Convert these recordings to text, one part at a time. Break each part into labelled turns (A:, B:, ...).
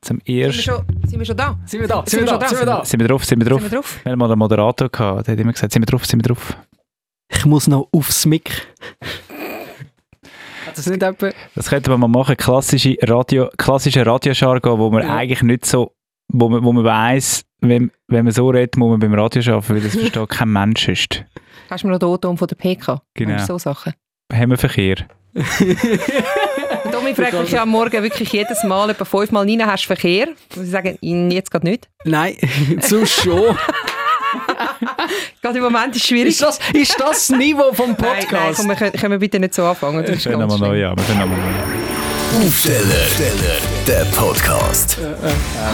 A: zum
B: Sind wir
A: ersten.
B: schon, sind wir schon da?
C: Sind wir da?
B: Sind wir schon da?
A: Sind wir drauf? Sind wir drauf?
B: Sind wir drauf?
A: Wir haben mal den Moderator gehabt, der hat immer gesagt, sind wir drauf, sind wir drauf.
C: Ich muss noch aufs Mic. Hat das nicht etwa?
A: Das könnte man mal machen, klassische Radio, klassische Radiojargon, wo man
C: Ja.
A: eigentlich nicht so, wo man, wo man weiss, wenn, wenn man so redet, muss man beim Radio arbeiten, weil das versteht kein Mensch ist.
B: Hast du mir noch den O-Ton von der PK?
A: Genau.
B: Weißt du, So Sachen.
A: Haben wir Verkehr?
B: Und Domi fragt mich ja am Morgen wirklich jedes Mal, etwa fünfmal rein, hast du Verkehr? Und sie sagen, «Nein, jetzt geht nicht.
C: Nein, so schon.
B: Gerade im Moment ist es schwierig.
C: ist, das, ist das das Niveau vom
B: Nein, nein,
C: Podcast?
B: komm, wir können, können wir bitte nicht so anfangen. Das ist
A: Schön
B: ganz
A: nochmal neu,
B: schlimm.
A: ja. Wir können nochmal neu.
D: Aufsteller, der Podcast.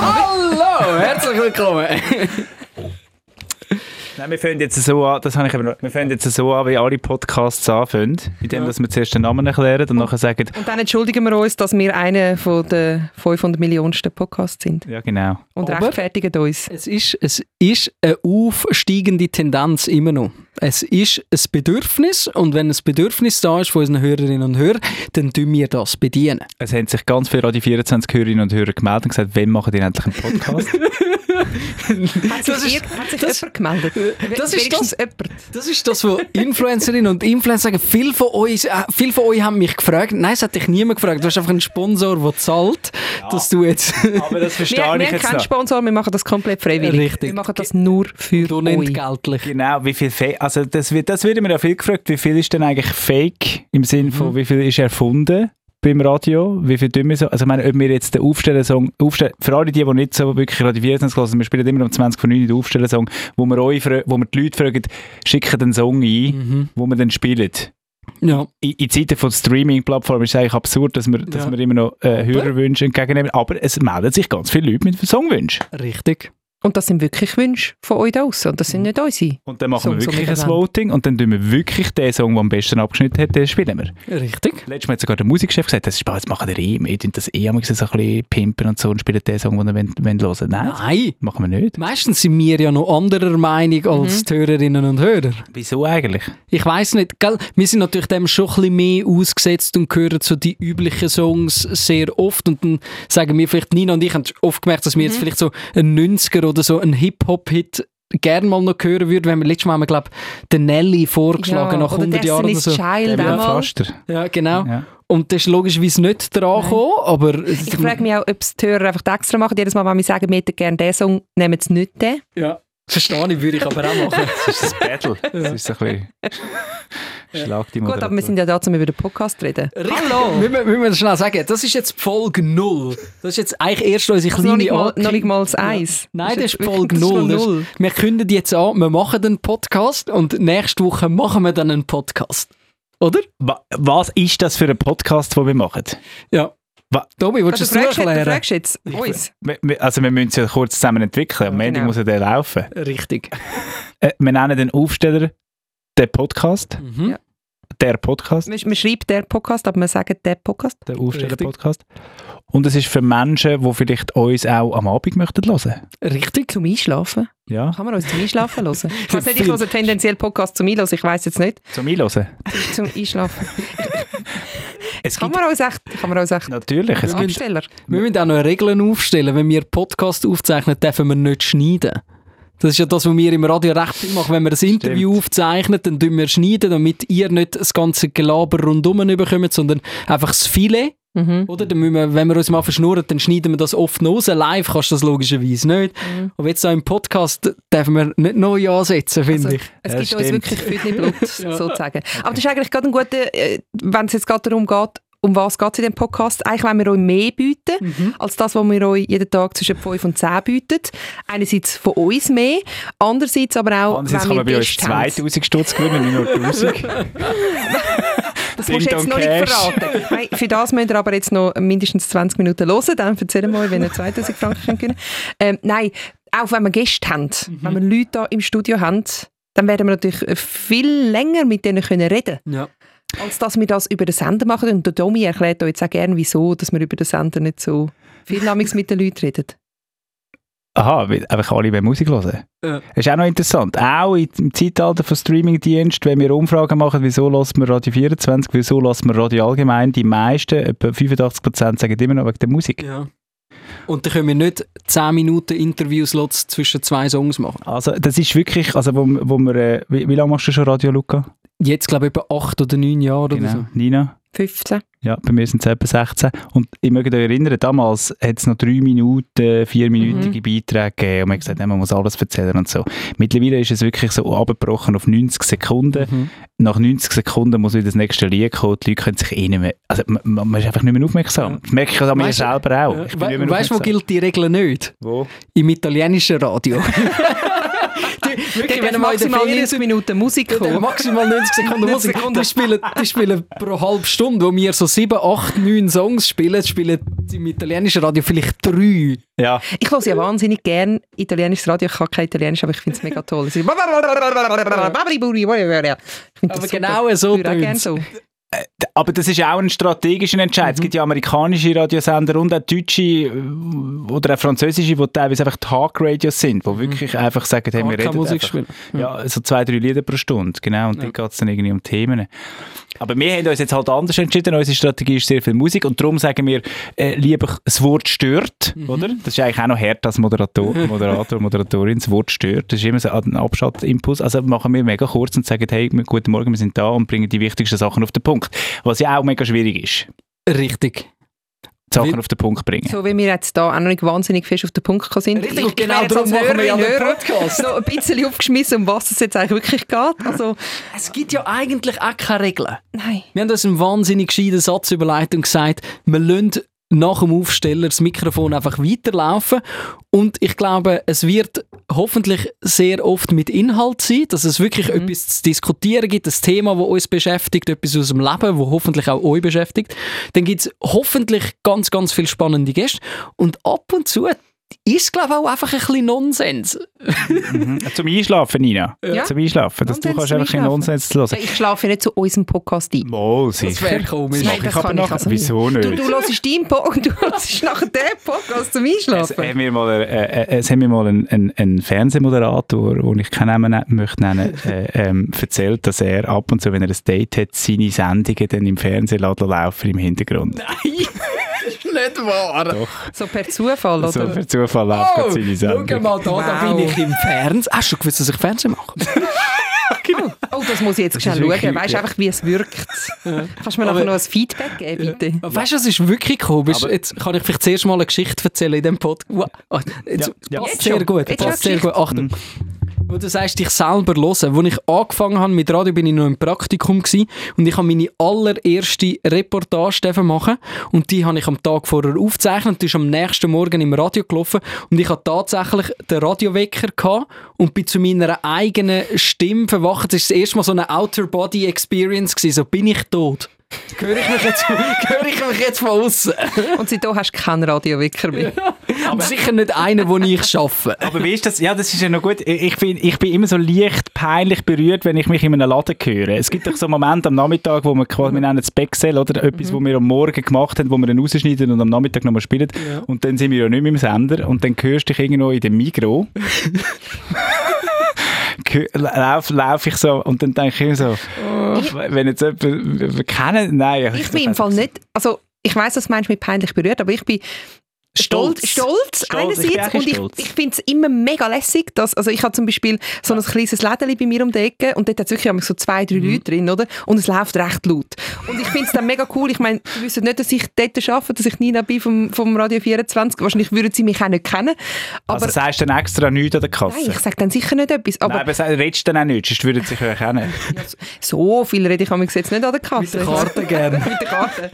C: Hallo, herzlich willkommen.
A: Nein, wir fangen jetzt so an, das habe ich eben noch, wir fangen jetzt so an, wie alle Podcasts anfangen, indem dass wir zuerst den Namen erklären und nachher sagen,
B: Und dann entschuldigen wir uns, dass wir einer von der 500 Millionensten Podcasts sind.
A: ja genau.
B: Und
C: Aber-
B: rechtfertigen uns.
C: Es ist, es ist eine aufsteigende Tendenz immer noch. Es ist ein Bedürfnis und wenn ein Bedürfnis da ist von unseren Hörerinnen und Hörern, dann tun wir das bedienen.
A: Es haben sich ganz viele Radio 24 Hörerinnen und Hörer gemeldet und gesagt, wann machen die endlich einen Podcast?
B: Hat sich,
C: Das ist-
B: ir- hat sich
C: das-
B: jemand gemeldet?
C: das ist
B: Wenigstens
C: das-
B: jemand.
C: Das ist das, was Influencerinnen und Influencer sagen. Viele von, euch, äh, viele von euch haben mich gefragt. Nein, es hat dich niemand gefragt. Du hast einfach einen Sponsor, der zahlt, dass du jetzt...
A: Aber das
B: Wir,
A: verstehe
B: wir haben
A: ich jetzt
B: keinen
A: noch.
B: Sponsor, wir machen das komplett freiwillig.
C: Richtig.
B: Wir machen das nur für
C: du
B: euch.
C: nicht geltlich.
A: Genau, wie viel Fake, also das wird, das wird mir ja viel gefragt, wie viel ist denn eigentlich Fake im Sinne
B: Mhm.
A: von, wie viel ist erfunden beim Radio, wie viel tun wir so, also ich meine, ob wir jetzt den Aufstellersong, Aufstell für alle die, die nicht so wirklich Radio 24 hören, wir spielen immer um 20 von 9 den Aufstellersong, wo wir, euch, frö- wo wir die Leute fragen, schicken den Song ein,
B: Mhm.
A: wo wir dann spielen.
C: Mhm. Ja.
A: In, in Zeiten von Streaming-Plattformen ist es eigentlich absurd, dass wir, dass
C: Ja.
A: wir immer noch äh, Hörerwünsche entgegennehmen, aber es melden sich ganz viele Leute mit Songwünschen.
C: Richtig.
B: Und das sind wirklich Wünsche von euch da draussen. Und das
C: Mhm.
B: sind nicht unsere.
A: Und dann machen
B: So-
A: wir
B: so
A: wirklich
B: mit
A: ein
B: der Wand.
A: Voting und dann tun wir wirklich den Song, der am besten abgeschnitten hat, den spielen wir.
C: Richtig.
A: Letztes Mal hat sogar der Musikchef gesagt, das ist bald, jetzt machen wir eh mit und das eh einmal so ein bisschen pimpen und so und spielen den Song, den wir hören wollen. Nein, das
C: Nein.
A: machen wir nicht.
C: Meistens sind wir ja noch anderer Meinung als die Hörerinnen und Hörer.
A: Wieso eigentlich?
C: Ich weiß nicht, gell? wir sind natürlich dem schon ein bisschen mehr ausgesetzt und hören so die üblichen Songs sehr oft und dann sagen wir vielleicht, Nina und ich haben oft gemerkt, dass wir
B: Mhm.
C: jetzt vielleicht so einen 90er oder so einen Hip-Hop-Hit gern mal noch hören würden, wenn wir letztes Mal, haben wir, glaube den Nelly vorgeschlagen nach
B: oder
C: 100 Jahren oder
B: Destiny's
C: so.
B: Child
A: Ja,
B: einmal.
A: faster.
C: Ja, genau.
A: Ja.
C: Und das ist logischerweise nicht dran gekommen, aber...
B: Ich frage mich auch, ob es die Hörer einfach extra machen. Jedes Mal, wenn wir sagen, wir hätten gerne diesen Song, nehmen sie nicht den.
C: Ja. Verstehe ich, würde ich aber auch machen.
A: Das ist das Battle. Das ist so ein bisschen... Schlag die
B: Gut, aber wir sind ja da, um über den Podcast zu reden.
C: Hallo! Müssen wir, müssen wir das schnell sagen, das ist jetzt die Folge null. Das ist jetzt eigentlich erst unsere
B: Also noch,
C: kleine
B: nicht mal,
C: Ankündigung.
B: noch nicht mal das Eis.
C: Nein, das ist
B: jetzt wirklich-
C: Folge
B: das
C: null.
B: ist
C: Das-
B: voll null.
C: Wir kündigen jetzt an, wir machen den Podcast und nächste Woche machen wir dann einen Podcast. Oder?
A: Wa- Was ist das für ein Podcast, den wir machen?
C: Ja.
A: Wa-
C: Tobi, willst du es
B: Also, du fragst, du
C: erklären?
B: fragst jetzt uns.
A: Wir- wir- Also wir müssen es ja kurz zusammen entwickeln. Am
B: Ja,
A: Ende
B: genau.
A: muss ja der laufen.
C: Richtig.
A: Äh, wir nennen den Aufsteller den Podcast.
C: Mhm.
B: Ja.
A: Der Podcast.
B: Man, man schreibt der Podcast, aber man sagt der Podcast.
A: Der Aufsteller-Podcast. Und es ist für Menschen, die vielleicht uns auch am Abend möchten hören.
C: Richtig.
B: Zum Einschlafen.
A: Ja,
B: Kann man uns zum Einschlafen hören? Ich weiss nicht, ich höre tendenziell Podcasts zum Einschlafen, ich weiß jetzt nicht.
A: zum Einhören.
B: Zum Einschlafen.
A: Es
B: Kann
A: gibt
B: man uns echt, kann man uns echt
A: natürlich, es gibt,
B: Absteller.
C: Wir müssen auch noch Regeln aufstellen. Wenn wir Podcast aufzeichnen, dürfen wir nicht schneiden. Das ist ja das, was wir im Radio recht viel machen. Wenn wir ein Interview aufzeichnen, dann schneiden wir schneiden, damit ihr nicht das ganze Gelaber rundum bekommt, sondern einfach das Filet.
B: Mhm.
C: Oder? Dann müssen wir, wenn wir uns mal verschnurren, dann schneiden wir das oft noch raus. Live kannst du das logischerweise nicht.
B: Mhm.
C: Aber jetzt auch im Podcast dürfen wir nicht neu ansetzen, finde
B: Also,
C: ich.
B: es
A: Ja,
B: gibt uns
A: stimmt.
B: wirklich viel Blut, sozusagen. Aber das ist eigentlich gerade ein guter, äh, wenn es jetzt gerade darum geht, um was geht es in dem Podcast? Eigentlich wollen wir euch mehr bieten,
A: Mhm.
B: als das, was wir euch jeden Tag zwischen 5 und 10 bieten. Einerseits von uns mehr, andererseits aber auch,
A: andererseits
B: wenn
A: kann man
B: wir
A: bei uns
B: Gäste haben.
A: 2000 Stutz gewinnen, nicht nur 1000.
B: Das musst du jetzt
A: Ding Dong
B: noch nicht
A: Cash.
B: verraten. Nein, für das müsst ihr aber jetzt noch mindestens 20 Minuten hören, dann erzählen wir euch, wenn ihr 2000 Franken könnt gewinnen ähm, Nein, auch wenn wir Gäste haben,
A: Mhm.
B: wenn wir Leute hier im Studio haben, dann werden wir natürlich viel länger mit denen können reden
C: Ja.
B: als dass wir das über den Sender machen. Und der Domi erklärt euch jetzt auch gerne, wieso dass wir über den Sender nicht so viel namens mit den Leuten reden.
A: Aha, weil einfach alle wollen Musik hören.
C: Ja.
A: Das ist auch noch interessant. Auch in- im Zeitalter von Streamingdiensten, wenn wir Umfragen machen, wieso lassen wir Radio 24, wieso lassen wir Radio Allgemein, die meisten, etwa 85% sagen immer noch wegen der Musik.
C: ja. Und dann können wir nicht 10 Minuten Interviewslots zwischen zwei Songs machen.
A: Also das ist wirklich, also wo, wo wir, äh, wie, wie lange machst du schon Radio, Luca?
C: Jetzt glaube ich etwa 8 oder 9 Jahre oder
A: Genau.
C: so.
A: Nina?
B: 15.
A: Ja, bei mir sind es etwa 16. Und ich möchte euch erinnern, damals hat es noch drei Minuten, äh,
C: Mhm.
A: vierminütige Beiträge gegeben und man hat gesagt, nein, man muss alles erzählen und so. Mittlerweile ist es wirklich so abgebrochen auf 90 Sekunden.
C: Mhm.
A: Nach 90 Sekunden muss wieder das nächste Lied kommen, die Leute können sich eh nicht mehr, also man, man man ist einfach nicht mehr aufmerksam. Das merke ich an mir
C: Weißt du- äh,
A: selber auch. oh, Ich bin nicht mehr
C: We weißt du, wo
A: aufmerksam.
C: gilt die Regel nicht?
A: Wo?
C: Im italienischen Radio. Die- Wirklich,
B: Wenn
C: wir mal in der
B: maximal
C: Ferien
B: 90 Minuten Musik
C: Dann
B: kommen.
C: maximal 90 Sekunden
B: 90
C: Musik.
B: Sekunden.
C: Die spielen, die spielen pro halbe Stunde, wo wir so 7, 8, 9 Songs spielen, spielen im italienischen Radio vielleicht drei.
A: Ja.
B: Ich höre ja wahnsinnig gern italienisches Radio. Ich kann kein Italienisch, aber ich finde es mega toll. Es ist- Ich finde
C: Aber
B: das
C: genau so
B: Ich höre auch gerne
C: tönt's.
B: so.
A: Aber das ist auch ein strategischer Entscheid.
C: Mhm.
A: Es gibt ja amerikanische Radiosender und auch deutsche äh, oder auch französische, die teilweise einfach Talk-Radios sind, die wirklich einfach sagen, hey,
C: Gar
A: wir
C: keine
A: reden
C: Mhm. Musik
A: einfach.
C: spielen. Mhm.
A: Ja, so zwei, drei Lieder pro Stunde, genau. Und dann geht es dann irgendwie um Themen. Aber wir haben uns jetzt halt anders entschieden. Unsere Strategie ist sehr viel Musik und darum sagen wir äh, lieber, das Wort stört, oder? Das ist eigentlich auch noch hart als Moderator, Moderator, Moderatorin, das Wort stört. Das ist immer so ein Abschaltimpuls. Also machen wir mega kurz und sagen, hey, guten Morgen, wir sind da und bringen die wichtigsten Sachen auf den Punkt. Was ja auch mega schwierig ist,
C: Richtig.
A: die Sachen
C: Wie-
A: auf den Punkt bringen.
B: So wie wir jetzt hier auch noch nicht wahnsinnig fest auf den Punkt gekommen sind.
C: Richtig, und
B: Ich
C: genau
B: wäre jetzt
C: darum
B: als
C: machen wir ja
B: Hörerin,
C: den
B: Hörer
C: Podcast.
B: So ein bisschen aufgeschmissen, um was es jetzt eigentlich wirklich geht. Also,
C: Es gibt ja eigentlich auch keine Regeln.
B: nein.
C: Wir haben uns einen wahnsinnig gescheiten Satz überlegt und gesagt, wir lassen nach dem Aufsteller das Mikrofon einfach weiterlaufen. Und ich glaube, es wird hoffentlich sehr oft mit Inhalt sein, dass es wirklich etwas zu diskutieren gibt, ein Thema, das uns beschäftigt, etwas aus dem Leben, wo hoffentlich auch euch beschäftigt. Dann gibt es hoffentlich ganz, ganz viele spannende Gäste. Und ab und zu ist es, glaube ich, auch einfach ein bisschen Nonsens.
A: Zum Einschlafen, Nina.
B: Ja.
A: Zum Einschlafen. Dass du kannst
B: Nonsens zum
A: einfach keinen
B: Einschlafen.
A: Nonsens hören.
B: Ich schlafe nicht zu unserem Podcast ein.
A: Oh,
C: Das wäre
A: sicher.
C: komisch.
B: Nein,
A: ich aber nachher- Wieso nicht?
B: also Du, du hörst deinen Podcast, du hörst nachher den Podcast zum
A: Es
B: Einschlafen.
A: haben wir mal, äh, äh, es haben mir mal einen, einen, einen Fernsehmoderator, den ich keinen Namen ne- möchte nennen, äh, ähm, erzählt, dass er ab und zu, wenn er ein Date hat, seine Sendungen dann im Fernsehen lassen laufen im Hintergrund.
C: nicht wahr.
B: So per Zufall,
A: so
B: oder?
A: per Also, Zufall läuft gerade seine
C: Oh, schau
A: Sendung.
C: mal da, da
B: Wow.
C: bin ich im Fernsehen. Hast du schon gewusst, dass ich Fernsehen mache?
B: Oh, das muss ich jetzt schnell
A: ist wirklich-
B: schauen. Weißt du
A: ja.
B: einfach, wie es wirkt? Kannst du mir
C: Aber-
B: nachher noch ein Feedback geben, bitte?
C: Weißt du, das ist wirklich komisch. Jetzt kann ich vielleicht zuerst mal eine Geschichte erzählen in diesem Podcast. Wow. Ah, Jetzt
A: Ja, ja.
C: passt
B: Jetzt
C: sehr
B: schon.
C: gut.
B: Jetzt
C: passt
B: schon Mhm.
C: sehr
B: eine
C: gut. Achtung. Wo du sagst, dich selber hören. Als ich angefangen habe mit Radio, bin ich noch im Praktikum gewesen, und ich habe meine allererste Reportage dürfen machen und die habe ich am Tag vorher aufgezeichnet. Die ist am nächsten Morgen im Radio gelaufen und ich hatte tatsächlich den Radiowecker gehabt und bin zu meiner eigenen Stimme verwacht. Das war das erste Mal so eine Outer-Body-Experience. gewesen. So bin ich tot. Höre ich mich jetzt, höre ich mich jetzt von außen?
B: Und seitdem hast du keinen Radiowecker mehr.
C: Aber sicher nicht einer, den ich schaffe.
A: Aber wie ist das? Ja, das ist ja noch gut. Ich ich bin, ich bin immer so leicht peinlich berührt, wenn ich mich in einem Laden höre. Es gibt doch so Momente am Nachmittag, wo man quasi, wir nennen es Backsell, oder etwas,
B: Mhm.
A: wo wir am Morgen gemacht haben, wo wir dann rausschneiden und am Nachmittag nochmal spielen. Und dann sind wir ja nicht mehr im Sender und dann hörst du dich irgendwo in dem Migro. Lauf, lauf ich so und dann denke ich immer so, wenn jetzt jemand, wir kennen, nein.
B: Oh. Ich bin im Fall nicht, also ich weiß, dass Menschen mich peinlich berührt, aber ich bin stolz,
A: Stolz.
B: stolz,
A: Stolz, ich bin
B: einerseits
A: auch
B: und ich,
A: stolz.
B: ich finde es immer mega lässig, dass, also ich habe zum Beispiel so ein kleines Lädeli bei mir um die Ecke und dort hat es wirklich einmal so zwei, drei
A: Mhm.
B: Leute drin, oder? Und es läuft recht laut. Und ich finde es dann mega cool, ich meine, sie wissen nicht, dass ich dort arbeite, dass ich Nina bin vom, vom Radio 24, wahrscheinlich würden sie mich auch nicht kennen, aber
A: Also sagst du dann extra nichts an der Kasse?
B: nein, ich sage dann sicher nicht etwas, aber
A: Nein, aber sag- redest du dann auch nicht, sonst würden sie dich ja kennen.
B: so viel rede ich amigs jetzt nicht an der Kasse.
C: Mit der Karte gerne.
B: mit der Karte.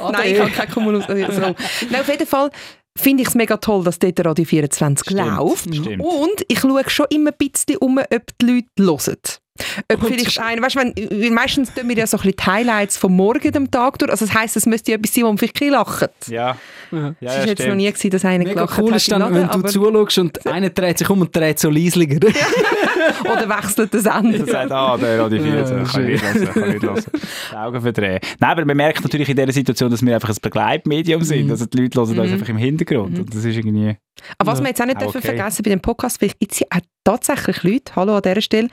C: Ah,
B: Nein, ich
C: der-
B: habe keinen Kumulus. äh, So. Nein, auf jeden Fall finde ich es mega toll, dass dort Radio 24 läuft.
A: stimmt.
B: Und ich schaue schon immer ein bisschen um, ob die Leute hören. Ob
C: Und-
B: vielleicht ein, weißt, du, wenn, weil meistens tun wir ja so ein bisschen die Highlights vom Morgen dem Tag durch. Also das heisst, es müsste ja etwas sein, wo man vielleicht ein bisschen lacht.
A: Ja. ja,
B: Es war
A: ja,
B: jetzt noch
A: stimmt.
B: nie, gewesen, dass einer
C: Mega
B: gelacht
C: cool
B: hat.
C: ist
B: im
C: dann,
B: Laden,
C: wenn du
B: aber-
C: zuschaust und einer dreht sich um und dreht so leislicher.
B: Oder wechselt den Sender.
A: Er sagt, ah, der Radio 24,
C: Ja,
A: kann ich nicht hören, kann ich nicht hören. Die Augen verdrehen. Nein, aber man merkt natürlich in dieser Situation, dass wir einfach ein Begleitmedium sind. Also die Leute hören das einfach im Hintergrund. Und das ist irgendwie
B: Aber was wir jetzt auch nicht
A: Auch
B: dürfen
A: okay.
B: vergessen bei dem Podcast, vielleicht gibt es ja auch tatsächlich Leute, hallo an dieser Stelle,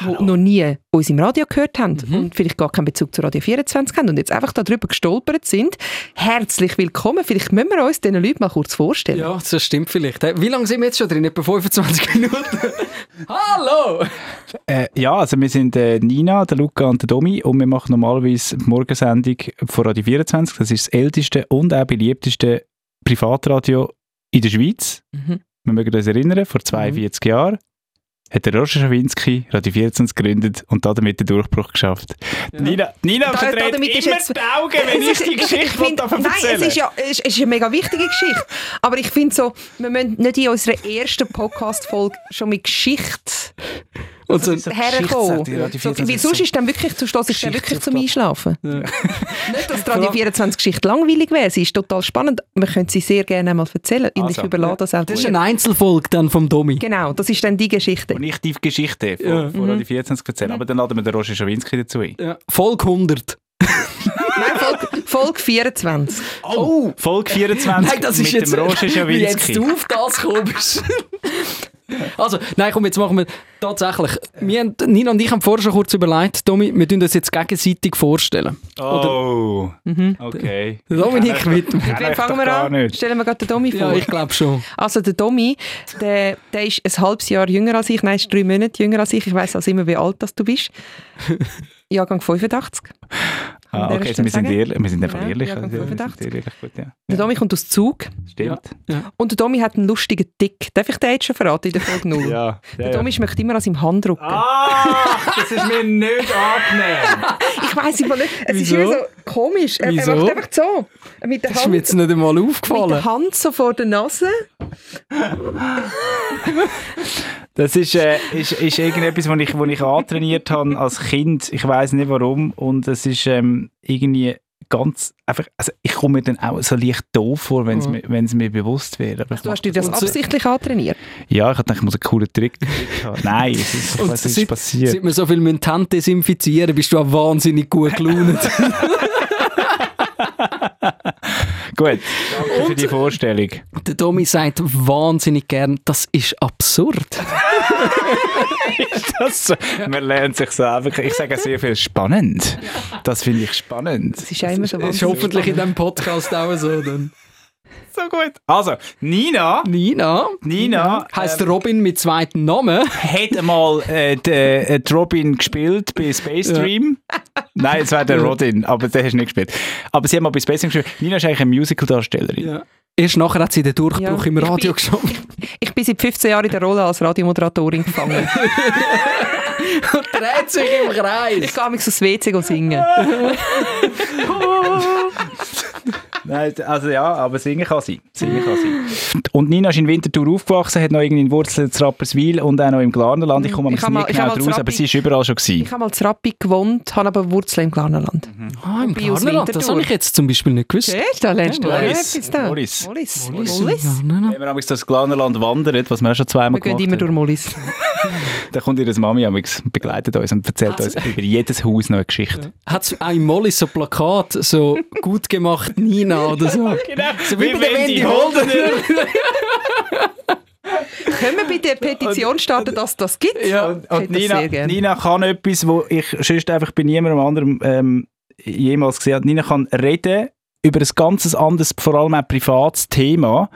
B: die noch nie uns im Radio gehört haben
A: Mhm.
B: und vielleicht gar keinen Bezug zu Radio 24 haben und jetzt einfach darüber gestolpert sind. Herzlich willkommen. Vielleicht müssen wir uns diesen Leuten mal kurz vorstellen.
C: Ja, das stimmt vielleicht. Hä, Wie lange sind wir jetzt schon drin? Etwa 25 Minuten. Hallo!
A: Äh, ja, also wir sind äh, Nina, der Luca und der Domi und wir machen normalerweise die Morgensendung von Radio 24. Das ist das älteste und auch beliebteste Privatradio in der Schweiz.
B: Mhm.
A: Wir mögen uns erinnern, vor 42 Jahren hat der Roger Schawinski Radio 24 gegründet und damit den Durchbruch geschafft. Nina, Nina
B: Da-
A: verdreht
B: damit ist
A: immer
B: jetzt-
A: die Augen, wenn
B: Es
A: ich
B: ist-
A: die
B: ich
A: Geschichte
B: find-
A: davon
B: Nein,
A: erzähle.
B: es ist ja es ist eine mega wichtige Geschichte. Aber ich finde so, wir müssen nicht in unserer ersten Podcast-Folge schon mit Geschichte
C: Und so,
B: herkommen.
A: Geschichte, Radio
B: So,
A: 24
B: weil sonst ist dann wirklich, sonst stoss ich dann
C: Geschichte
B: wirklich zum
C: auf
B: Einschlafen. Nicht, dass die Radio 24 Geschichte langweilig wäre, sie ist total spannend. Wir können sie sehr gerne einmal erzählen und ich
A: Also.
B: überlasse das auch
C: das ist
B: dir.
C: eine Einzelfolge dann vom Domi.
B: Genau, das ist dann die Geschichte.
A: Und ich die Geschichte von,
C: Ja.
B: Mhm.
A: von Radio 24 erzählen. Aber dann laden wir den Roger Schawinski dazu ein.
C: Ja. Folge 100.
B: Nein, Folge, Folge 24.
A: Oh! Folge 24 mit dem Roger
C: wie jetzt
A: Schawinski.
C: du auf das kommst. Also, nein, komm, jetzt machen wir tatsächlich. Wir haben, Nina und ich haben vorher schon kurz überlegt, Domi, wir tun das jetzt gegenseitig vorstellen.
A: Oh, okay.
C: Dominik Wittmer.
A: Kenn
B: Wen
A: ich
B: fangen
A: doch
B: wir
A: gar
B: an?
A: nicht.
B: Stellen wir gerade den Domi vor.
C: Ja, ich glaube schon.
B: Also der Domi, der, der ist ein halbes Jahr jünger als ich, nein, ist drei Monate jünger als ich. Ich weiss also immer, wie alt das du bist. Jahrgang 85. Kann man
A: Ah,
B: der
A: okay, also
B: Stelle
A: wir sind,
B: sagen?
A: ehrlich, wir sind einfach
B: Ja,
A: ehrlich.
B: ja,
A: Also,
B: ganz
A: wir sind
B: verdacht.
A: ehrlich gut, ja.
B: Der Domi kommt aus Zug
A: Stimmt.
B: und der Domi hat einen lustigen Tick. Darf ich den jetzt schon verraten in der Folge 0?
A: Ja.
B: Der Domi schmeckt immer an seinem Handrücken.
A: Ah, das ist mir nicht angenehm.
B: Ich weiss immer nicht, es
C: Wieso?
B: ist immer so komisch. Er,
C: Wieso?
B: er macht einfach so. Mit der
C: Das ist
B: Hand,
C: mir jetzt nicht einmal
B: mit der
C: aufgefallen.
B: Hand so vor der Nase.
A: Das ist, äh, ist, ist irgendetwas, was ich, was ich antrainiert habe als Kind. Ich weiß nicht warum. Und es ist ähm, irgendwie ganz einfach. Also ich komme mir dann auch so leicht doof vor, wenn es
C: Mhm.
A: mir, wenn es mir bewusst wäre. Aber ich
B: Du
A: mach
B: hast dir das
A: trotzdem.
B: absichtlich antrainiert.
A: Ja, ich dachte, ich muss einen coolen Trick haben. Nein, es ist, ich
C: Und
A: weiss, es
C: seit-
A: ist passiert.
C: Seit wir so viel müssen die Hand desinfizieren, bist du auch wahnsinnig gut gelaunt.
A: Gut, danke für die Vorstellung.
C: der Domi sagt wahnsinnig gern, das ist absurd.
A: Das, so- man lernt sich so einfach. Ich sage sehr viel spannend. Das finde ich spannend.
B: Das ist ja immer so
C: Das Also ist hoffentlich in diesem Podcast auch so. Dann.
A: So gut. Also, Nina,
C: Nina
A: Nina ähm,
C: heißt
B: ähm,
C: Robin mit zweiten Namen.
A: hat einmal äh, die, äh, die Robin gespielt bei Space Dream. Nein, es war der Rodin, aber der hast du nicht gespielt. Aber sie hat mal bei Space Dream gespielt. Nina ist eigentlich eine Musical-Darstellerin.
C: Erst nachher hat sie den Durchbruch
B: Ja,
C: im
B: ich bin-
C: Radio geschafft.
B: Ich bin seit 15 Jahren in der Rolle als Radiomoderatorin gefangen.
C: Dreht sich im
B: Ich
C: Kreis.
B: gehe mich aufs WC gehen singen.
A: Nein, also ja, aber singen kann sie. Singen kann sie. Und Nina ist in Winterthur aufgewachsen, hat noch irgendwie in Wurzeln in Rapperswil und auch noch im Glarnerland. Ich komme
B: Ich hab
A: am
B: mal-
A: nicht
B: ich hab
A: genau
B: mal
A: draus, aber
B: Rappi-
A: sie ist überall schon
B: Ich
A: gewesen.
B: habe mal zu Rappi gewohnt, habe aber Wurzeln im Glarnerland.
C: Ah, im
B: Ich bin aus
C: Glarnerland, das
B: Winterthur.
C: habe ich jetzt zum Beispiel nicht gewusst.
B: Siehst du, da lernst du auch
A: Wallis.
B: etwas da.
A: Wallis.
B: Wallis.
C: Im
B: Wallis.
C: Glarnerland.
A: Wenn man amigs durchs Glarnerland wandert, was wir auch schon zweimal
B: Wir gehen
A: gemacht
B: immer
A: haben,
B: durch Mollis.
A: dann kommt ihre Mami amigs, begleitet uns und erzählt
B: Also-
A: uns über jedes Haus noch eine Geschichte.
C: Hat es auch im Mollis so Plakat, so gut gemacht Nina oder so.
A: Genau,
C: So wie bei der Wendy Holdener.
B: Können wir bitte eine Petition starten, dass das gibt?
C: Ja,
A: Und,
B: Ich hätte
A: und
B: das
A: Nina,
B: sehr gerne.
A: Nina kann etwas, wo ich sonst einfach bei niemandem anderem ähm, jemals gesehen habe. Nina kann reden über ein ganzes anderes, vor allem auch privates Thema.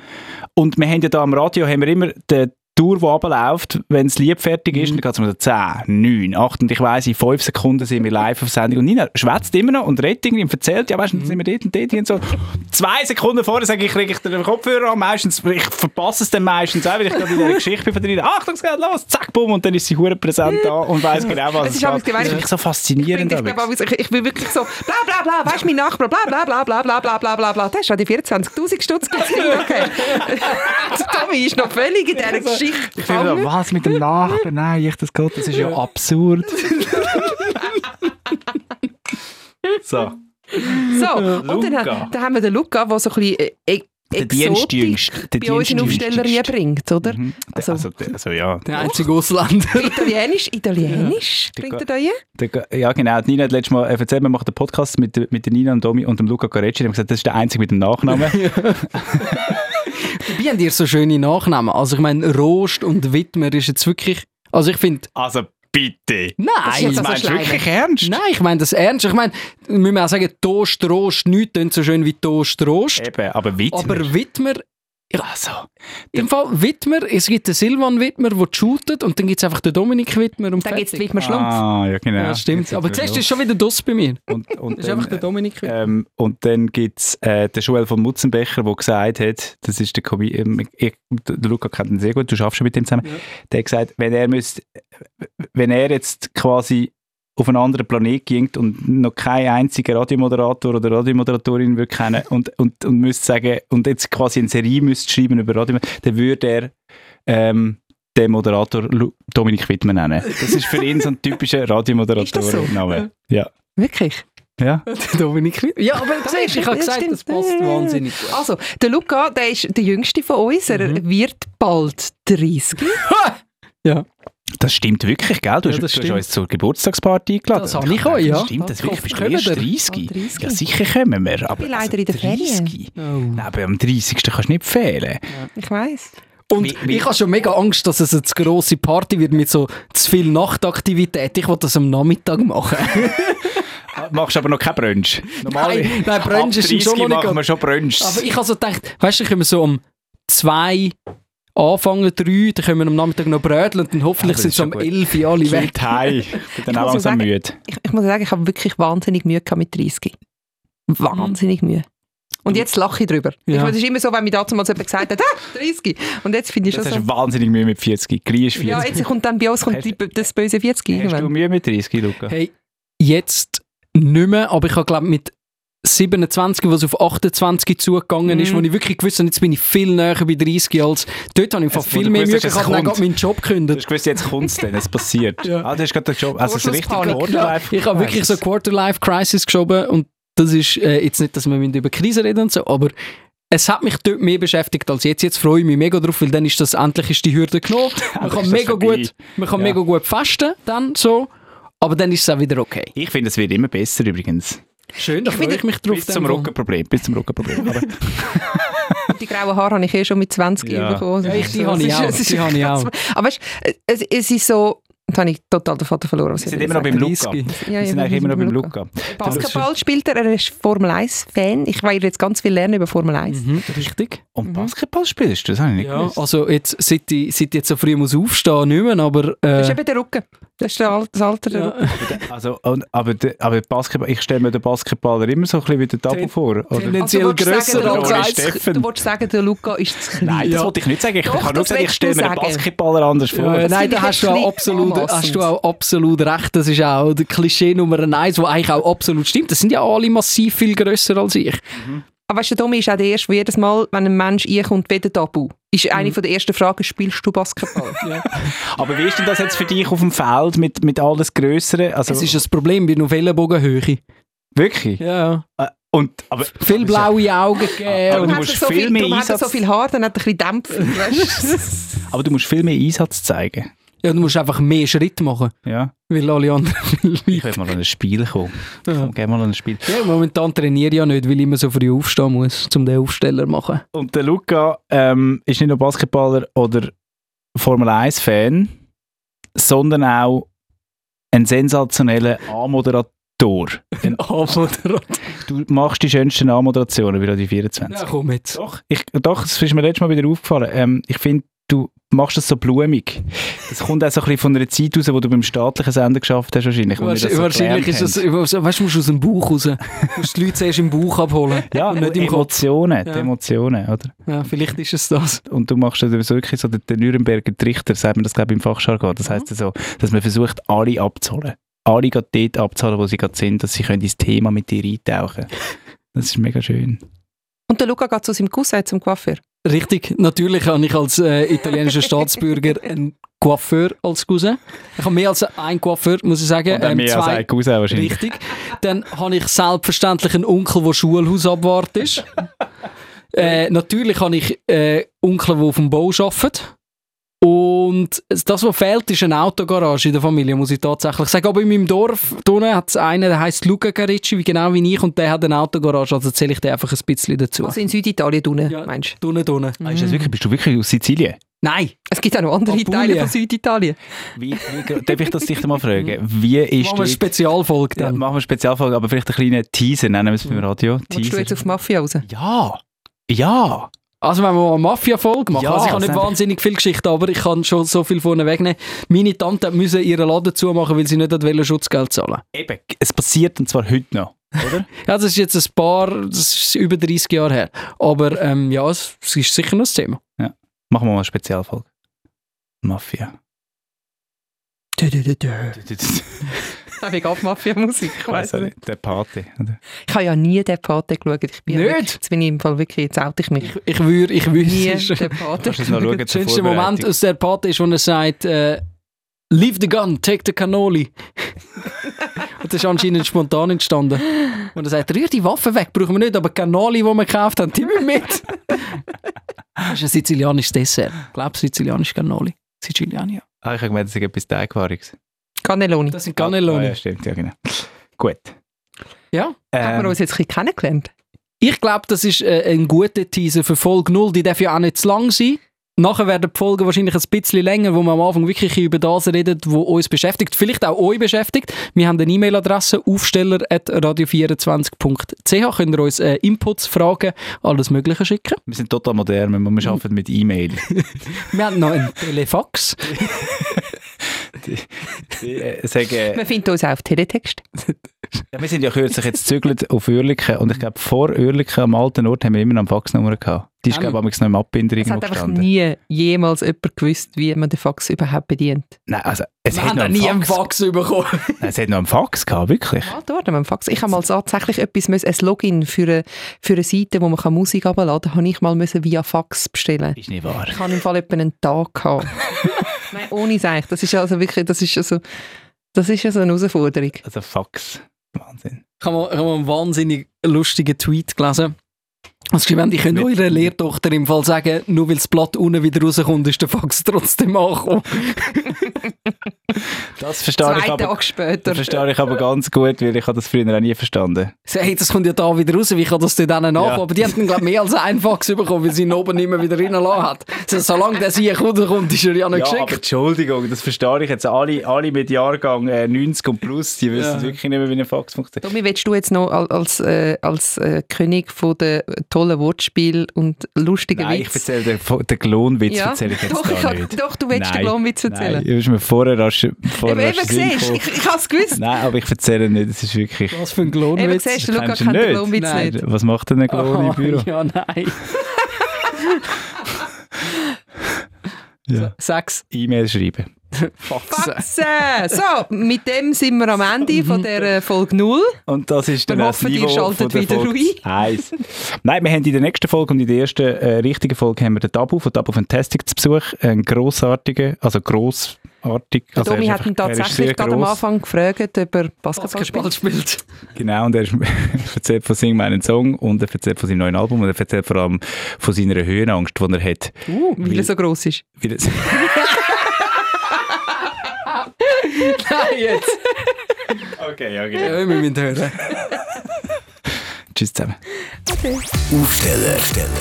A: Und wir haben ja da am Radio haben wir immer den Tour, die runterläuft, wenn das Lied fertig
B: Mhm.
A: ist, dann geht es um so 10, 9, 8 und ich weiss, in 5 Sekunden sind wir live auf Sendung und Nina schwätzt immer noch und redet irgendwie und erzählt, ja
B: Mhm.
A: weißt du, dann sind wir dort und dort und so. Zwei Sekunden vorher sage ich, kriege ich den Kopfhörer an, meistens, ich verpasse es dann meistens auch, weil ich gerade in dieser Geschichte bin von der Nina, Achtung, es geht los, zack, bumm und dann ist sie hure präsent da und weiss genau, was
B: Es
A: es
B: ist alles
A: geht. Das ist
B: gemein.
A: wirklich so
B: Ich bin,
A: faszinierend.
B: ich,
A: Alex.
B: glaube, ich, ich bin wirklich so, bla bla bla, weißt du, mein Nachbar, bla bla bla bla bla bla bla bla bla, das ist ja die 24'000 Stutz gesehen, okay. Der Tommy ist noch völlig in
C: Also,
B: dieser Geschichte
A: Ich finde so,
B: gefangen.
A: was mit dem Nachbarn? Nein, ich, das geht, das ist ja absurd. so.
B: So, und dann,
A: Luca.
B: ha- dann haben wir den Luca, der so ein bisschen äh, e-
A: Der Dienstjüngste.
B: Exotik
A: Der
B: bei uns in
A: Dienstjüngste.
B: Aufstellerie bringt, oder?
A: Mhm.
B: Also-
A: Also, also, der- also ja.
C: Der einzige Ausländer.
B: Italienisch, Italienisch bringt er da hier.
A: Der, ja, genau. Die Nina hat letztes Mal äh, erzählt, wir machen den Podcast mit, der- mit der Nina und Domi und dem Luca Gorecci. Die haben gesagt, das ist der Einzige mit dem Nachnamen.
C: Wie habt ihr so schöne Nachnamen? Also ich meine, Rost und Wittmer ist jetzt wirklich... Also ich finde...
A: Also bitte.
B: Das ist
C: Nein!
B: jetzt also
A: Meinst du
B: schleimig.
A: wirklich ernst?
C: Nein, ich meine das ernst. Ich meine, müssen wir auch sagen, Toast, Rost, nichts tönt so schön wie Toast, Rost.
A: Eben, aber Wittmer.
C: Aber Wittmer...
A: also,
C: Im Fall Wittmer, es gibt den Silvan Wittmer, der shootet und dann gibt es einfach den Dominik Wittmer und
B: Dann gibt es
C: fertig.
B: Wittmer Schlumpf.
A: Ah, ja genau.
C: Ja, stimmt.
A: Jetzt
C: Aber
A: sind wir
C: zuerst ist schon wieder Doss bei mir.
A: los. Und, und
C: Das ist
A: dann,
C: einfach der Dominik Wittmer.
A: ähm, und dann gibt es äh, den Joel von Mutzenbecher, der gesagt hat, das ist der Kobi, ähm, ich, der Luca kennt ihn sehr gut, du schaffst schon mit dem zusammen, der hat gesagt, wenn er, müsst, wenn er jetzt quasi auf einen anderen Planet ging und noch kein einziger Radiomoderator oder Radiomoderatorin würde kennen und, und, und müsste sagen, und jetzt quasi eine Serie müsste schreiben über Radio, dann würde er ähm, den Moderator Lu Dominik Wittmann nennen. Das ist für ihn so ein typischer Radiomoderatoren-Name. Ja.
B: Wirklich?
A: ja.
C: Der Dominik Wittmer. Ja, aber du siehst, ich habe
B: das
C: gesagt,
B: stimmt.
C: das passt wahnsinnig gut.
B: Also, der Luca, der ist der Jüngste von uns. Er
A: Mhm.
B: wird bald 30.
A: Das stimmt wirklich, gell? Du,
C: Ja,
A: hast,
C: das
A: du hast
C: stimmt.
A: uns zur Geburtstagsparty eingeladen.
C: Das habe ich auch, ja.
A: Das stimmt, das wirklich. Bist du
C: Kommen
A: erst
C: wir?
A: 30?
B: Ah, 30.
A: Ja, sicher kommen wir. Aber
B: bin leider in der Ferien.
A: 30?
C: Oh.
A: Nein, aber am 30. kannst du nicht fehlen.
B: Ich weiss.
C: Und
A: Wie- wie-
C: ich habe schon mega Angst, dass es eine zu grosse Party wird mit so zu viel Nachtaktivität. Ich will das am Nachmittag machen.
A: Machst aber noch keinen Brunch.
C: Nein, nein, Brunch ist schon noch nicht
A: machen wir
C: gut.
A: schon Brunch.
C: Aber ich habe so gedacht, weißt du, dann können wir so um zwei anfangen, drei, dann können wir am Nachmittag noch bröteln und dann hoffentlich
A: Ja, Ah, das
C: sind
A: ist
C: so um
A: schon gut.
C: elf Uhr alle weg.
A: Kind heim. Ich bin dann
B: Ich
A: auch
B: muss
A: langsam
B: sagen-
A: müde.
B: Ich, ich muss sagen, ich habe wirklich wahnsinnig Mühe gehabt mit 30.
A: Mhm.
B: Wahnsinnig Mühe. Und jetzt lache ich drüber. Ich
C: Ja.
B: meine, Es ist immer so, wenn mir dazu mal jemand gesagt hat, ah, 30. Und jetzt finde ich schon
A: Das
B: so.
A: hast du wahnsinnig Mühe mit 40. Gleich ist 40.
B: Ja, jetzt kommt dann bei uns kommt die, das böse 40
A: hast du
B: irgendwann.
A: Mühe mit 30, Luca?
C: Hey, jetzt nicht mehr, aber ich habe glaube mit 27, was auf 28 zugegangen ist,
B: Mhm.
C: wo ich wirklich gewusst habe, jetzt bin ich viel näher bei 30 als dort habe ich einfach
A: Es- wo du
C: viel mehr Mühe
A: gewusst hast,
C: gehabt,
A: es
C: habe dann
A: kommt.
C: gerade meinen Job
A: Du
C: gekündigt.
A: hast gewusst, jetzt kommt es dann, es passiert.
C: Ja.
A: Ah, du hast gerade den Job. Also, es ist richtig
B: Vorschlusspanik.
A: Quarterlife-
C: Ich habe wirklich so Quarter-Life-Crisis geschoben und das ist äh, jetzt nicht, dass wir müssen über Krise reden und so, aber es hat mich dort mehr beschäftigt als jetzt. Jetzt freue ich mich mega drauf, weil dann ist das endlich ist die Hürde genommen.
A: Endlich
C: Man kann,
A: ist das
C: mega
A: vorbei.
C: gut, man kann
A: Ja.
C: mega gut fasten dann so, aber dann ist es auch wieder okay.
A: Ich finde, es wird immer besser übrigens.
C: Schön, da
B: Ich
C: freue
B: finde-
C: ich mich drauf.
A: Bis
C: dann
A: zum
C: wohl.
A: Rückenproblem. Bis zum Rückenproblem. Aber
B: Die grauen Haare habe ich eh schon mit 20
A: Ja.
B: bekommen.
C: Ja, ich- die
B: Das
C: habe ich
B: ist-
C: auch,
B: das ist
C: die habe ich
B: krass.
C: auch.
B: Aber weißt, du, es, es ist so, da habe ich total den Vater verloren. Was
A: wir
B: ich
A: sind
B: will
A: immer noch beim
B: sagen.
A: Luca.
C: 30.
B: Ja,
A: Wir
B: ja,
A: sind eigentlich immer noch beim Luca.
B: Basketball spielt er, er ist Formel 1-Fan. Ich werde jetzt ganz viel lernen über Formel 1.
C: Mhm, richtig.
A: Und Basketball spielst du? Das habe ich nicht
C: Ja,
A: gewusst.
C: also jetzt, seit ich, seit ich jetzt so früh muss aufstehen, nicht mehr, aber...
B: Das ist
C: Äh,
B: eben der Rücken. Das ist der Al- das Alter der Rücken.
C: ja.
A: Also, und, aber, der- aber Basketball, ich stelle mir den Basketballer immer so ein bisschen wie den Double
C: Ten-
A: vor. Oder?
C: Tendenz- tendenziell
B: Also du willst
C: grösser
B: sagen,
A: als
B: der
A: als
B: Luca-
A: Steffen.
B: Du wolltest sagen, der Luca ist zu klein.
A: Nein, das
C: Ja.
A: wollte ich nicht sagen. Ich
B: Doch,
A: kann nur
B: das
A: sagen, ich
B: willst
A: stelle
B: du
A: mir den
B: sagen.
A: Basketballer anders vor.
C: Äh,
B: das
C: nein,
B: finde
C: da
B: ich
C: hast du,
B: ein
C: auch
B: bisschen
C: absolut,
B: anmassend.
C: hast du auch absolut recht. Das ist auch der Klischee Nummer eins, wo eigentlich auch absolut stimmt. Das sind ja alle massiv viel grösser als ich.
B: Aber weißt du, Tommy ist auch der Erste, der jedes Mal, wenn ein Mensch einkommt, wie der Tabu. Ist eine
A: Mhm.
B: von der ersten Fragen, spielst du Basketball?
A: Aber wie ist denn das jetzt für dich auf dem Feld mit, mit alles Größeren? Also,
C: Das ist ein Problem bei Novellenbogenhöhe.
A: wirklich?
C: Ja.
A: Äh, Und, aber,
C: Viel blaue Augen
A: Aber
C: gegeben.
A: du
B: Darum hat
A: musst
B: er so
A: viel mehr
B: darum hat er so
A: Einsatz-
B: viel Haar, dann hat er ein bisschen Dämpfung. weisst
A: aber du musst viel mehr Einsatz zeigen.
C: Ja, du musst einfach mehr Schritt machen,
A: Ja.
C: weil alle anderen viel
A: Ich will mal an ein Spiel kommen.
C: Ja.
A: Komm, geh mal an ein Spiel.
C: Ja, momentan trainiere ich ja nicht, weil ich immer so früh aufstehen muss, um den Aufsteller zu machen.
A: Und der Luca ähm, ist nicht nur Basketballer oder Formel 1-Fan, sondern auch ein sensationeller A-Moderator. Ein-
C: Abmoderat.
A: Du machst die schönsten A-Moderationen bei Radio 24.
C: Ja, komm jetzt.
A: Doch, ich, doch, das ist mir letztes Mal wieder aufgefallen. Ähm, ich finde, du machst das so blumig. Das kommt auch so ein bisschen von einer Zeit raus, wo du beim staatlichen Sender geschafft hast wahrscheinlich. wo wir das
C: Wahrscheinlich,
A: so
C: wahrscheinlich ist
A: gelernt
C: das,
A: haben.
C: weißt du, musst aus dem Bauch raus. Du musst die Leute zuerst im Bauch abholen.
A: Ja,
C: und nicht im Kopf.
A: Emotionen,
C: Ja.
A: die Emotionen, oder?
C: Ja, vielleicht ist es das.
A: und du machst dann so wirklich so den, den Nürnberger Trichter, sagt man das glaube ich im Fachjargon, das heisst ja so, dass man versucht alle abzuholen. Alle gerade dort abzuholen, wo sie gerade sind, dass sie können ins Thema mit dir eintauchen Das ist mega schön.
B: Und der Luca geht zu seinem Cousin zum Coiffeur.
C: Richtig, natürlich habe ich als äh, italienischer Staatsbürger einen Coiffeur als Cousin. Ich habe mehr als einen Coiffeur, muss ich sagen.
A: Und dann
C: Ähm,
A: mehr als ein Cousin wahrscheinlich.
C: Richtig. Dann habe ich selbstverständlich einen Onkel, der Schulhausabwart ist. äh, natürlich habe ich äh, Onkel, der auf dem Bau arbeitet. Und das, was fehlt, ist eine Autogarage in der Familie, muss ich tatsächlich sagen. Aber in meinem Dorf drinnen hat es einen, der heisst Luca Garicci, wie genau wie ich, und der hat eine Autogarage, also zähle ich dir einfach ein bisschen dazu.
B: Also in Süditalien unten,
C: Ja.
B: meinst du?
C: Dunne, dunne.
A: Ah, ist das wirklich, bist du wirklich aus Sizilien?
C: Nein!
B: Es gibt auch noch andere
C: Apulien.
B: Teile von Süditalien.
A: Wie, wie, gro- darf ich das dich mal fragen? Wie ist
C: Machen wir eine
A: dort-
C: Spezialfolge
A: Ja,
C: dann.
A: machen wir eine Spezialfolge, aber vielleicht einen kleinen Teaser, nennen wir es beim Radio.
B: Willst du jetzt
A: Teaser.
B: auf Mafia raus?
A: Ja! Ja!
C: Also wenn wir mal eine Mafia-Folge machen,
A: Ja,
C: also ich habe nicht
A: das-
C: wahnsinnig viel Geschichte, aber ich kann schon so viel vorne wegnehmen. Meine Tante musste ihren Laden zumachen, weil sie nicht hat wollen Schutzgeld zahlen
A: Eben, es passiert und zwar heute noch.
C: Ja, das ist jetzt ein paar, das ist über 30 Jahre her. Aber ähm, ja, es, es ist sicher noch ein Thema.
A: Machen wir mal eine Spezialfolge. Mafia.
C: Dö, dö, dö, dö.
A: Ich
B: Nein, ich ab Mafia-Musik. Ich
A: weiß
B: weiss
A: auch
B: nicht.
A: nicht, der Pate. oder?
B: Ich habe ja nie den Pate geschaut. Ich bin ja
C: Nicht?
B: Wirklich, jetzt bin ich im Fall wirklich, jetzt oute ich mich.
C: Ich, ich würde, ich würde.
B: Nie
C: es ist-
B: den Pate
A: Kannst du das noch schauen?
B: geschaut.
A: zur
C: Der schönste Moment
A: Vorbereitung?
C: aus der Party ist, wo er sagt, äh, Leave the gun, take the cannoli. Und das ist anscheinend spontan entstanden. Und er sagt, rühr die Waffe weg, brauchen wir nicht, aber die Cannoli, die wir gekauft haben, die müssen mit. Das ist ein sizilianisches Dessert. Ich glaube, sizilianisch Cannoli. Siziliania.
A: Ah, ich habe gemeint, es ist etwas Teigwariges.
B: Cannelloni.
C: Das sind
A: Ah,
C: Cannelloni.
A: ja, stimmt, ja, genau. Gut.
C: Ja.
B: Haben wir
A: Ähm,
B: uns jetzt ein bisschen kennengelernt?
C: Ich glaube, das ist äh, ein guter Teaser für Folge 0. Die darf ja auch nicht zu lang sein. Nachher werden die Folgen wahrscheinlich ein bisschen länger, wo wir am Anfang wirklich über das reden, was uns beschäftigt. Vielleicht auch euch beschäftigt. Wir haben eine E-Mail-Adresse aufsteller.radio24.ch. Könnt ihr uns äh, Inputs, Fragen, alles Mögliche schicken.
A: wir sind total modern, wir- wir
C: Mhm.
A: arbeiten mit E-Mail.
C: Wir haben noch einen Telefax.
A: Äh, Sagen,
B: Man findet uns auch auf Teletext.
A: Ja, wir sind ja kürzlich jetzt gezügelt auf Örliken und ich glaube, vor Örliken am alten Ort haben wir immer noch eine Faxnummer gehabt. Die ist,
C: Ähm.
A: glaube ich, noch im Abbinder
B: Es
A: irgendwo
B: hat einfach
A: gestanden.
B: nie jemals jemand gewusst, wie man den Fax überhaupt bedient.
A: Nein, also, es
C: Wir
A: hat
C: haben
A: noch
C: noch
A: einen
C: nie einen
A: Fax,
C: Fax bekommen.
A: Nein, es hat noch einen Fax gehabt, wirklich.
B: Ah, dort haben wir einen Fax. Ich habe mal tatsächlich etwas, müssen, ein Login für eine, für eine Seite, wo man kann Musik herunterladen kann, habe ich mal müssen via Fax bestellen.
A: Ist nicht wahr.
B: Ich habe im Fall etwa einen Tag haben. Nein, ohne Seich. Das ist also wirklich, das ist also, das ist also eine Herausforderung.
A: Also Fax. Wahnsinn.
C: Ich habe mal, ich habe mal einen wahnsinnig lustigen Tweet gelesen. Was geschrieben haben, Also, ich könnte
A: Mit-
C: eurer Lehrtochter im Fall sagen, nur weil das Blatt unten wieder rauskommt, ist der Fax trotzdem angekommen.
A: Das verstehe, ich
B: Zwei
A: aber,
B: Tage später.
A: das verstehe ich aber ganz gut, weil ich habe das früher auch nie verstanden.
C: So, Hey, das kommt ja da wieder raus, wie kann das dort hinten nachkommen? Aber die hatten, glaube mehr als einen Fax bekommen, weil sie ihn oben immer wieder reingelassen hat. So, solange der sie kommt, ist er ja noch
A: Ja, aber
C: geschickt.
A: Entschuldigung, das verstehe ich jetzt. Alle, alle mit Jahrgang äh, 90 und plus, die wissen
C: Ja.
A: wirklich nicht mehr, wie ein Fax funktioniert.
B: Tommy, willst du jetzt noch al- als, äh, als äh, König von der tollen Wortspiel und lustigen
A: Nein, ich
B: Witz?
A: erzähle den, Fo- den Glonwitz
B: ja?
A: erzähle ich jetzt
B: doch,
A: gar
B: ich kann-
A: nicht.
B: doch, du willst
A: Nein,
B: den Glomwitz erzählen.
A: Nein, ich mir vorher rasch, vorher
B: Eben,
A: rasch
B: eben
A: Sinn
B: siehst du,
A: gekommen.
B: ich, ich habe es gewusst.
A: Nein, aber ich erzähle nicht, es ist wirklich...
C: Was für ein
B: Eben
C: Glonwitz.
B: siehst du,
A: Das
B: Luca
A: kennst du
B: kennt den
A: nicht.
B: Glomwitz
C: Nein.
B: nicht.
A: Was macht denn ein Klon im
C: Ah,
A: Büro?
C: ja, nein.
A: Ja.
C: Sechs.
A: E-Mail schreiben.
C: Faxen.
B: Faxen! So, mit dem sind wir am Ende von der äh, Folge 0.
A: Und das ist dann
B: Wir
A: das
B: hoffen, ihr
A: Niveau
B: schaltet
A: von der
B: wieder
A: Folge
B: ein.
A: eins. Nein, wir haben in der nächsten Folge und in der ersten äh, richtigen Folge haben wir den Tabu von Tabu Fantastic zu Besuch. Ein grossartiger, also grossartig. Also
B: Tommy
A: er ist
B: hat ihn
A: einfach- er ist sehr
B: tatsächlich gerade am
A: gross.
B: Anfang gefragt, ob er Basketball
C: Basketball
B: spielt.
C: spielt.
A: Genau, und er ist- erzählt von Sing meinen Song und er erzählt von seinem neuen Album und er erzählt vor allem von seiner Höhenangst, die er hat.
B: Uh, weil er so gross ist.
A: Weil es-
C: Nein, jetzt.
A: okay, ja,
C: Ja,
A: genau.
C: wir müssen hören.
A: Tschüss zusammen.
D: Aufsteller,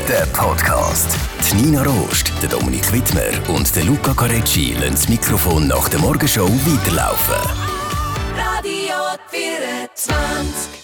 D: der Podcast. Die Nina Rost, der Dominik Wittmer und der Luca Carecci lassen das Mikrofon nach der Morgenshow weiterlaufen.
E: Radio 24.